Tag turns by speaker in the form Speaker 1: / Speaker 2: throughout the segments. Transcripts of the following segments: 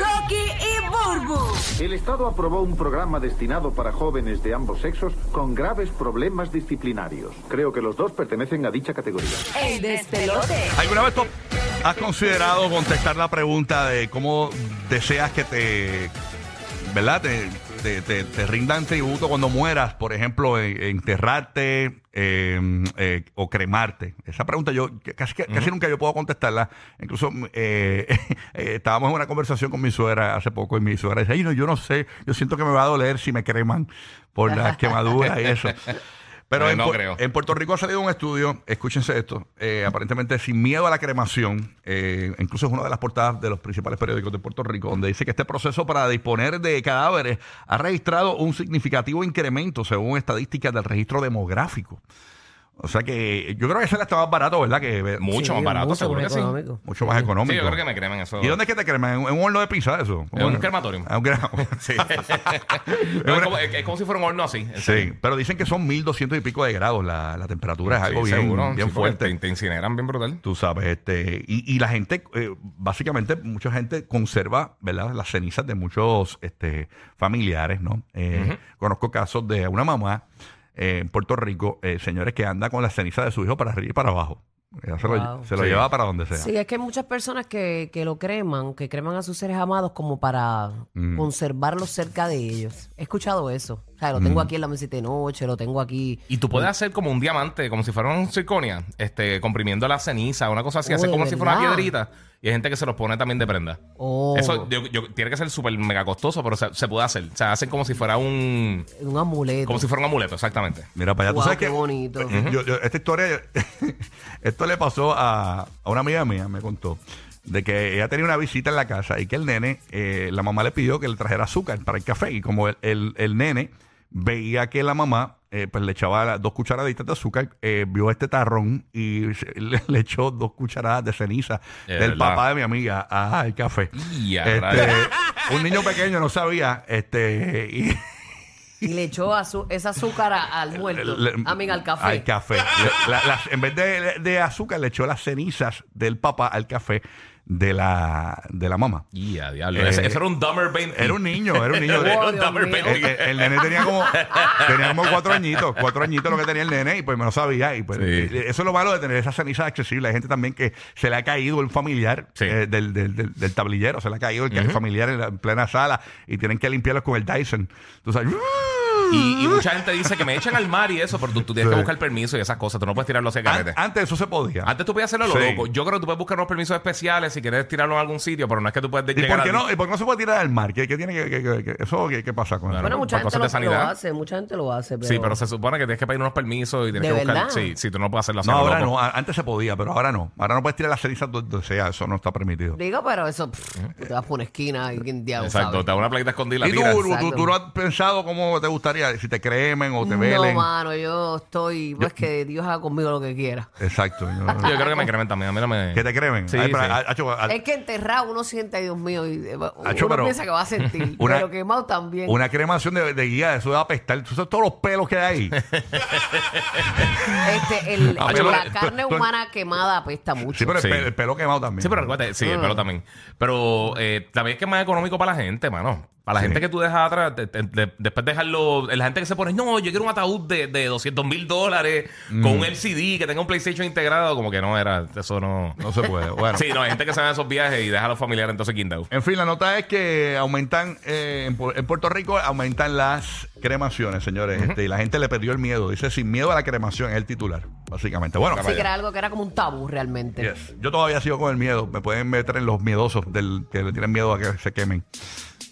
Speaker 1: Rocky y Burbu,
Speaker 2: El Estado aprobó un programa destinado para jóvenes de ambos sexos con graves problemas disciplinarios. Creo que los dos pertenecen a dicha categoría.
Speaker 1: el despelote.
Speaker 3: ¿Alguna vez tú has considerado contestar la pregunta de cómo deseas que te, ¿verdad? Te, te- te- te rindan tributo cuando mueras, por ejemplo, en- enterrarte eh, eh, o cremarte? Esa pregunta yo que- casi, que- casi nunca yo puedo contestarla. Incluso eh, eh, estábamos en una conversación con mi suegra hace poco y mi suegra dice, "Ay, no, yo no sé, yo siento que me va a doler si me creman por las quemaduras y eso. Pero
Speaker 4: Eh,
Speaker 3: en,
Speaker 4: no
Speaker 3: Pu-
Speaker 4: creo.
Speaker 3: en Puerto Rico ha salido un estudio, escúchense esto, eh, aparentemente sin miedo a la cremación, eh, incluso es una de las portadas de los principales periódicos de Puerto Rico, donde dice que este proceso para disponer de cadáveres ha registrado un significativo incremento según estadísticas del registro demográfico. O sea que yo creo que ese era hasta más barato, ¿verdad? Que eh,
Speaker 4: Mucho
Speaker 5: Sí,
Speaker 4: más barato,
Speaker 5: mucho
Speaker 4: seguro
Speaker 5: más
Speaker 4: que sí. Oh,
Speaker 5: económico.
Speaker 3: mucho más económico.
Speaker 4: Sí, yo creo que me cremen eso.
Speaker 3: ¿Y dónde es que te creman? ¿En un- en un horno de pizza eso?
Speaker 4: En un crematorio.
Speaker 3: Ah, un crema-
Speaker 4: Sí. No, es, como, es- es como si fuera un horno así.
Speaker 3: Sí, pero dicen que son 1200 y pico de grados la, la temperatura, es
Speaker 4: Sí,
Speaker 3: algo bien,
Speaker 4: seguro.
Speaker 3: bien
Speaker 4: Sí, porque
Speaker 3: fuerte.
Speaker 4: Te, te incineran bien brutal.
Speaker 3: Tú sabes, este, y, y la gente, eh, básicamente, mucha gente conserva, ¿verdad? Las cenizas de muchos este, familiares, ¿no? Eh, Conozco casos de una mamá eh, en Puerto Rico, eh, señores, que anda con las cenizas de su hijo para arriba y para abajo. Ella se lo,
Speaker 5: Wow.
Speaker 3: se lo
Speaker 4: Sí.
Speaker 3: lleva para donde sea.
Speaker 5: Sí, es que hay muchas personas que, que lo creman, que creman a sus seres amados como para
Speaker 4: Mm.
Speaker 5: conservarlos cerca de ellos. He escuchado eso. O sea, lo
Speaker 4: Mm.
Speaker 5: tengo aquí en la mesita de noche, lo tengo aquí.
Speaker 4: Y tú puedes hacer como un diamante, como si fuera un circonia, este, comprimiendo la ceniza, una cosa así,
Speaker 5: Oh,
Speaker 4: hacer
Speaker 5: ¿de
Speaker 4: como si fuera una
Speaker 5: verdad?
Speaker 4: piedrita. Y hay gente que se los pone también de prenda.
Speaker 5: Oh.
Speaker 4: Eso yo- yo- tiene que ser súper mega costoso, pero se, se puede hacer. O sea, hacen como si fuera un.
Speaker 5: Un amuleto.
Speaker 4: Como si fuera un amuleto, exactamente.
Speaker 3: Mira para allá.
Speaker 5: Guau,
Speaker 3: ¿Tú sabes
Speaker 5: qué
Speaker 3: que-
Speaker 5: bonito.
Speaker 3: eh, yo- yo- esta historia, esto le pasó a, a una amiga mía, me contó, de que ella tenía una visita en la casa y que el nene, eh, la mamá le pidió que le trajera azúcar para el café. Y como el, el- el nene veía que la mamá eh, pues le echaba la- dos cucharaditas de azúcar, eh, vio este tarrón y se- le, le echó dos cucharadas de ceniza
Speaker 4: Es
Speaker 3: del
Speaker 4: verdad.
Speaker 3: papá de mi amiga al café.
Speaker 4: Y a
Speaker 3: Este,
Speaker 4: rayos.
Speaker 3: un niño pequeño no sabía, este, y-
Speaker 5: Y le echó azu- esa azúcar a- al muerto.
Speaker 3: le-
Speaker 5: a mí, Ah, al café.
Speaker 3: Al café. Le- la- las- en vez de, de azúcar, le echó las cenizas del papá al café de la, de la mamá.
Speaker 4: Y a diablo.
Speaker 3: Eh,
Speaker 4: Ese- eso era un Eh, Dumber Bain.
Speaker 3: Era un niño, era un niño. Eh,
Speaker 5: Wow,
Speaker 4: Era un
Speaker 5: Dios
Speaker 4: Dumber
Speaker 5: mío.
Speaker 4: Bain.
Speaker 3: El, el- el nene tenía como, tenía como cuatro añitos, cuatro añitos lo que tenía el nene y pues me lo sabía. Y pues,
Speaker 4: Sí.
Speaker 3: eh, Eso es lo malo de tener esas cenizas accesibles. Hay gente también que se le ha caído el familiar
Speaker 4: Sí.
Speaker 3: eh, del, del- del- del tablillero, se le ha caído el, familiar en, la- en plena sala y tienen que limpiarlos con el Dyson. Tú sabes, Ah,
Speaker 4: Y, y
Speaker 5: Mm.
Speaker 4: mucha gente dice que me echan al mar y eso, pero tú, tú tienes
Speaker 3: Sí.
Speaker 4: que buscar permiso y esas cosas. Tú no puedes tirarlo hacia
Speaker 3: An-
Speaker 4: carrete.
Speaker 3: antes eso se podía.
Speaker 4: Antes tú podías hacerlo a lo
Speaker 3: Sí.
Speaker 4: loco. Yo creo que tú puedes buscar unos permisos especiales si quieres tirarlo en algún sitio, pero no es que tú puedes
Speaker 3: ¿Y
Speaker 4: llegar
Speaker 3: por, qué
Speaker 4: a-
Speaker 3: no, ¿Y por qué no se puede tirar al mar? ¿Qué, qué tiene que, que- que- que- eso, ¿qué, qué pasa con
Speaker 4: Claro.
Speaker 3: eso?
Speaker 5: bueno, mucha
Speaker 4: por
Speaker 5: gente
Speaker 4: cosas
Speaker 5: lo,
Speaker 4: de
Speaker 5: lo
Speaker 4: sanidad.
Speaker 5: hace, mucha gente lo hace. Pero...
Speaker 4: Sí, pero se supone que tienes que pedir unos permisos y tienes
Speaker 5: ¿De
Speaker 4: que buscar.
Speaker 5: verdad?
Speaker 4: Sí, sí, tú no puedes hacerlo así
Speaker 3: No,
Speaker 4: a lo
Speaker 3: ahora
Speaker 4: loco.
Speaker 3: no. a- Antes se podía, pero ahora no. Ahora no puedes tirar las cenizas donde sea. Eso no está permitido.
Speaker 5: Digo, pero eso. pff, te vas por una esquina y quién diablo
Speaker 4: ¿Eh? Exacto,
Speaker 5: sabe.
Speaker 4: te da una plaquita escondida y
Speaker 3: ¿Y
Speaker 4: la
Speaker 3: tú,
Speaker 4: tiras.
Speaker 3: Burbu, tú,
Speaker 5: Exacto.
Speaker 3: tú no has pensado cómo te gustaría? Si te cremen o te
Speaker 5: No,
Speaker 3: velen.
Speaker 5: mano, yo estoy. Pues que Dios haga conmigo lo que quiera.
Speaker 3: Exacto. yo-
Speaker 4: Yo creo que me cremen también. A mí no me.
Speaker 3: ¿Que te cremen?
Speaker 4: Sí,
Speaker 3: Ay,
Speaker 4: sí.
Speaker 3: pero, a- acho, a-
Speaker 5: Es que enterrado uno siente, ay, Dios mío, y, eh, uno
Speaker 3: Acho, pero-
Speaker 5: piensa que va a sentir,
Speaker 3: Una-
Speaker 5: pero quemado también.
Speaker 3: una cremación de, de guía, eso va a apestar. Tú sabes todos los pelos que hay ahí.
Speaker 5: Este, el-
Speaker 3: Ah, pero-
Speaker 5: la
Speaker 3: pero-
Speaker 5: carne
Speaker 3: pero-
Speaker 5: humana quemada apesta mucho.
Speaker 3: Sí, pero el,
Speaker 4: Sí.
Speaker 3: pe- el pelo quemado también.
Speaker 4: Sí, pero acuérdate, sí, el
Speaker 5: Ah.
Speaker 4: pelo también. Pero eh, también es que es más económico para la gente, mano. Para la gente que tú dejas atrás, te- te- te- después dejarlo. La gente que se pone, no, yo quiero un ataúd de, de 200 mil dólares
Speaker 3: Mm.
Speaker 4: con un LCD que tenga un PlayStation integrado, como que no era, eso no.
Speaker 3: No se puede. Bueno.
Speaker 4: Sí, no, hay gente que se va a esos viajes y deja a los familiares entonces Kindau.
Speaker 3: En fin, la nota es que aumentan, eh, en, Pu- en Puerto Rico aumentan las cremaciones, señores. Este, y la gente le perdió el miedo. Dice, sin miedo a la cremación es el titular, básicamente. Bueno,
Speaker 5: Sí, que era algo que era como un tabú realmente.
Speaker 3: yes. yo todavía sigo con el miedo. Me pueden meter en los miedosos del que le tienen miedo a que se quemen.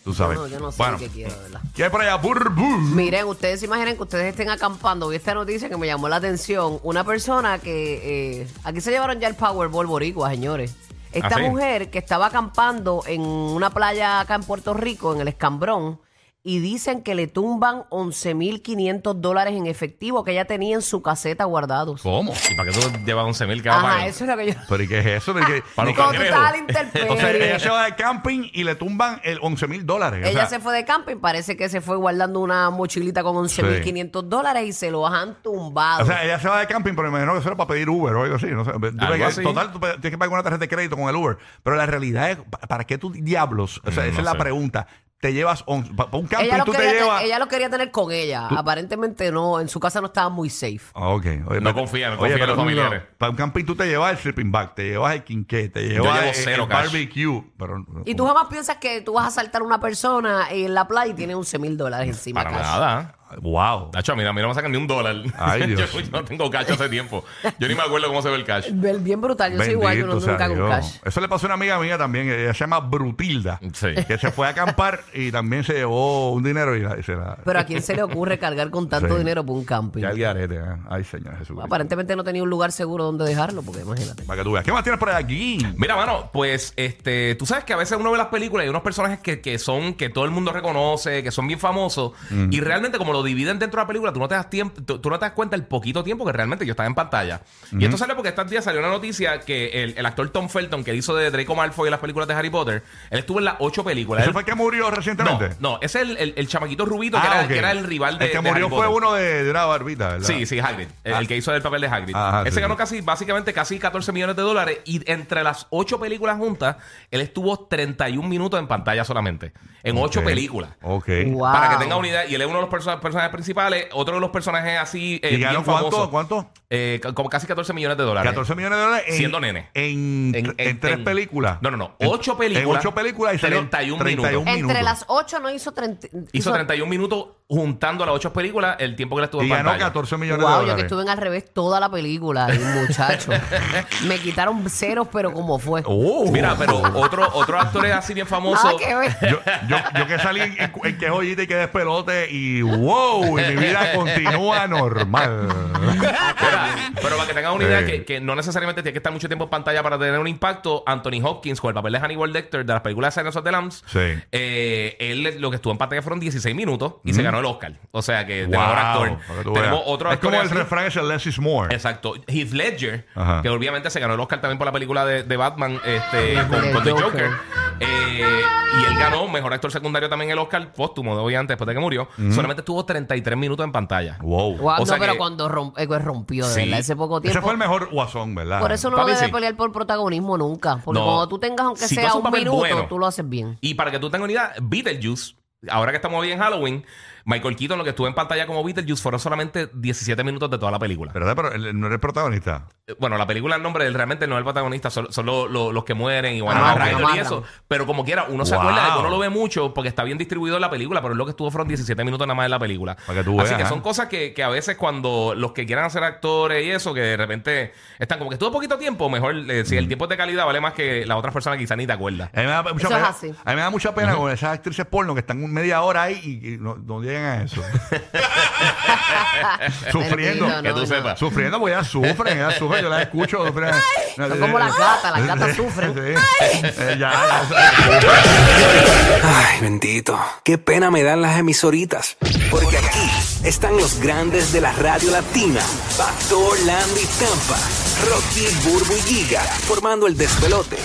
Speaker 3: Tú sabes.
Speaker 5: No, yo no sé
Speaker 3: bueno,
Speaker 5: qué quiero, de ¿verdad?
Speaker 3: ¿qué hay por allá? Burbu.
Speaker 5: Miren, ustedes se imaginan que ustedes estén acampando. Vi esta noticia que me llamó la atención. Una persona que. eh, aquí se llevaron ya el Powerball Boricua, señores. Esta
Speaker 4: ¿Ah, sí?
Speaker 5: mujer que estaba acampando en una playa acá en Puerto Rico, en el Escambrón, y dicen que le tumban 11.500 dólares en efectivo que ella tenía en su caseta guardados.
Speaker 3: ¿Cómo?
Speaker 4: ¿Y para qué tú llevas 11 mil
Speaker 3: Ah,
Speaker 4: cada
Speaker 5: Ajá,
Speaker 4: país?
Speaker 5: eso es lo que yo...
Speaker 3: ¿Pero y qué es eso? ¿De qué-
Speaker 4: Para
Speaker 3: de
Speaker 4: los
Speaker 3: qué-
Speaker 4: Con cangrejos.
Speaker 5: Total
Speaker 3: o sea,
Speaker 5: interperie.
Speaker 3: ella se va de camping y le tumban el 11 mil dólares. o
Speaker 5: Ella
Speaker 3: sea,
Speaker 5: se fue de camping, parece que se fue guardando una mochilita con 11.500 dólares y se los han tumbado.
Speaker 3: O sea, ella se va de camping, pero me imagino que eso era para pedir Uber o algo así. No sé. Tú ves que,
Speaker 4: así.
Speaker 3: Total, tú pe- tienes que pagar una tarjeta de crédito con el Uber. Pero la realidad es, ¿pa- ¿para qué tú diablos? O sea,
Speaker 4: Mm,
Speaker 3: esa
Speaker 4: no
Speaker 3: es la
Speaker 4: sé.
Speaker 3: pregunta. Te llevas on- pa- pa un camping,
Speaker 5: ella, lo
Speaker 3: tú te
Speaker 5: quería, te-
Speaker 3: llevas.
Speaker 5: ella lo quería tener con ella. Aparentemente no, en su casa no estaba muy safe.
Speaker 3: Ah, ok. Oye,
Speaker 4: No
Speaker 3: pero-
Speaker 4: confía, no
Speaker 3: oye,
Speaker 4: confía en
Speaker 3: pero
Speaker 4: los
Speaker 3: tú no-
Speaker 4: familiares.
Speaker 3: Para un camping tú te llevas el sleeping bag, te llevas el quinqué, te llevas
Speaker 4: llevo
Speaker 3: el-
Speaker 4: cero
Speaker 3: el
Speaker 4: cash.
Speaker 3: barbecue. Pero,
Speaker 5: Y tú jamás piensas que tú vas a saltar a una persona en la playa y tiene 11 mil dólares encima.
Speaker 4: Para
Speaker 5: cash.
Speaker 4: nada.
Speaker 3: Wow.
Speaker 4: Tacho, a mí, a mí no me sacan ni un dólar.
Speaker 3: Ay, Dios.
Speaker 4: yo, yo no tengo cash hace tiempo. Yo ni me acuerdo cómo se ve el cash.
Speaker 5: Bien bien brutal, yo soy igual, yo no,
Speaker 3: Bendito sea
Speaker 5: nunca con
Speaker 3: Dios.
Speaker 5: cash.
Speaker 3: Eso le pasó a una amiga mía también, ella se llama Brutilda,
Speaker 4: Sí.
Speaker 3: que se fue a acampar y también se llevó un dinero y, la- y se la...
Speaker 5: Pero a quién se le ocurre cargar con tanto
Speaker 3: Sí.
Speaker 5: dinero por un
Speaker 4: Pues
Speaker 5: camping.
Speaker 3: Ya el garete, ¿eh? Ay, Señor Jesús.
Speaker 5: Aparentemente no tenía un lugar seguro donde dejarlo, porque imagínate.
Speaker 3: Para que tú veas. ¿Qué más tienes por aquí?
Speaker 4: Mira, mano, pues este, tú sabes que a veces uno ve las películas y hay unos personajes que, que son, que todo el mundo reconoce, que son bien famosos, y realmente como lo dividen dentro de la película, tú no te das tiempo, tú, tú no te das cuenta el poquito tiempo que realmente yo estaba en pantalla. Y esto sale porque estos días salió una noticia que el, el actor Tom Felton, que hizo de Draco Malfoy en las películas de Harry Potter, él estuvo en las ocho películas.
Speaker 3: ¿Ese
Speaker 4: Él-
Speaker 3: fue el que murió recientemente?
Speaker 4: no, no, ese es el, el, el chamaquito rubito
Speaker 3: Ah,
Speaker 4: que, era,
Speaker 3: ok.
Speaker 4: que era el rival de
Speaker 3: El que
Speaker 4: de
Speaker 3: murió
Speaker 4: Harry
Speaker 3: fue
Speaker 4: Potter.
Speaker 3: uno de, de una barbita, ¿verdad?
Speaker 4: Sí, sí, Hagrid. El,
Speaker 3: Ah.
Speaker 4: el que hizo el papel de Hagrid.
Speaker 3: Ajá,
Speaker 4: Ese
Speaker 3: sí,
Speaker 4: ganó
Speaker 3: sí.
Speaker 4: casi, básicamente casi 14 millones de dólares. Y entre las ocho películas juntas, él estuvo 31 minutos en pantalla solamente. En ocho
Speaker 3: Ok. Oh.
Speaker 4: películas.
Speaker 3: Ok.
Speaker 5: Wow.
Speaker 4: Para que tenga una idea. Y él es uno de los perso- personajes principales. Otro de los personajes así. eh,
Speaker 3: ¿Y ganó
Speaker 4: bien famosos.
Speaker 3: cuánto? ¿Cuánto?
Speaker 4: Eh, ca- como casi 14 millones de dólares.
Speaker 3: 14 millones de dólares en,
Speaker 4: Siendo nene.
Speaker 3: En,
Speaker 4: En-
Speaker 3: en
Speaker 4: en-
Speaker 3: tres
Speaker 4: en-
Speaker 3: películas.
Speaker 4: No, no, no.
Speaker 3: En-
Speaker 4: Ocho películas.
Speaker 3: En ocho películas y salió
Speaker 4: 31 minutos.
Speaker 5: Entre las 8 no hizo 30.
Speaker 4: Hizo 31 minutos juntando las ocho películas el tiempo que él estuvo
Speaker 3: Y
Speaker 4: en
Speaker 3: ganó
Speaker 4: pantalla.
Speaker 3: 14 millones de
Speaker 5: Wow, yo que
Speaker 3: dólares.
Speaker 5: estuve en al revés toda la película, y muchacho. me quitaron ceros, pero como fue.
Speaker 3: Oh.
Speaker 4: Mira, pero otro, otro actor es así bien famoso.
Speaker 5: Nada que ver.
Speaker 3: Yo,
Speaker 4: pues.
Speaker 3: yo, yo que salí en, en- en que joyita y que despelote y wow, y mi vida continúa normal.
Speaker 4: Espera, pero para que tengan una idea,
Speaker 3: Eh.
Speaker 4: que, que no necesariamente tiene que estar mucho tiempo en pantalla para tener un impacto, Anthony Hopkins, con el papel de Hannibal Lecter de las películas Silence of the Lambs,
Speaker 3: Sí.
Speaker 4: eh, él lo que estuvo en pantalla fueron 16 minutos y se ganó el Oscar. O sea que de
Speaker 3: Wow,
Speaker 4: mejor actor.
Speaker 3: para que tú
Speaker 4: Tenemos
Speaker 3: veas.
Speaker 4: otro
Speaker 3: es
Speaker 4: actor.
Speaker 3: como el
Speaker 4: así.
Speaker 3: refrán es el less is more.
Speaker 4: Exacto. Heath Ledger,
Speaker 3: Ajá.
Speaker 4: que obviamente se ganó el Oscar también por la película de, de Batman este, con,
Speaker 5: El
Speaker 4: con The Joker.
Speaker 5: Joker.
Speaker 4: Eh, y él ganó mejor actor secundario también el Oscar póstumo, obviamente, después de que murió. Solamente estuvo 33 minutos en pantalla.
Speaker 3: Wow.
Speaker 5: Wow,
Speaker 4: O
Speaker 5: no,
Speaker 4: sea
Speaker 5: pero
Speaker 4: que-
Speaker 5: cuando romp- eh, pues, rompió, de
Speaker 4: Sí.
Speaker 5: verdad, ese poco tiempo.
Speaker 3: Ese fue el mejor guasón, ¿verdad?
Speaker 5: Por eso no
Speaker 4: Papi,
Speaker 5: debe
Speaker 4: sí.
Speaker 5: pelear por protagonismo nunca. Porque
Speaker 4: Ah. No.
Speaker 5: cuando tú tengas, aunque
Speaker 4: Si tú
Speaker 5: sea
Speaker 4: haces un
Speaker 5: un,
Speaker 4: papel
Speaker 5: minuto,
Speaker 4: bueno.
Speaker 5: tú lo haces bien.
Speaker 4: Y para que tú tengas una idea, Beetlejuice, ahora que estamos hoy en Halloween, Michael Keaton, lo que estuvo en pantalla como Beetlejuice, fueron solamente 17 minutos de toda la película.
Speaker 3: ¿Verdad? Pero él no era el protagonista.
Speaker 4: Eh, Bueno, la película, el nombre, él realmente no es el protagonista, son, son lo- lo- los que mueren y van
Speaker 5: Amarran,
Speaker 4: a Ryder y
Speaker 5: amarran.
Speaker 4: eso. Pero como quiera, uno se
Speaker 3: Wow.
Speaker 4: acuerda de que uno lo ve mucho porque está bien distribuido en la película, pero es lo que estuvo fueron 17 minutos nada más en la película.
Speaker 3: Para que tú
Speaker 4: Así
Speaker 3: veas,
Speaker 4: que
Speaker 3: ¿eh?
Speaker 4: son cosas que, que a veces cuando los que quieran hacer actores y eso, que de repente están como que estuvo poquito tiempo, mejor eh, si el tiempo es de calidad vale más que las otras personas quizás ni te acuerdas.
Speaker 3: A mí me da mucha
Speaker 5: Eso es
Speaker 3: pena,
Speaker 5: así.
Speaker 3: a mí me da mucha pena con esas actrices porno que están un- media hora ahí y, y no, no llegan a eso. sufriendo.
Speaker 5: Bendito,
Speaker 4: que tú sepas.
Speaker 3: Sufriendo porque ellas sufren, ellas sufren, yo las escucho. Sufren.
Speaker 5: Son como las gatas, las gatas sufren.
Speaker 3: Sí. Eh, ya, ya.
Speaker 6: Ay, bendito. Qué pena me dan las emisoritas. Porque aquí están los grandes de la radio latina. Pastor, Landy, Tampa. Rocky, Burbu y Giga. Formando el despelote.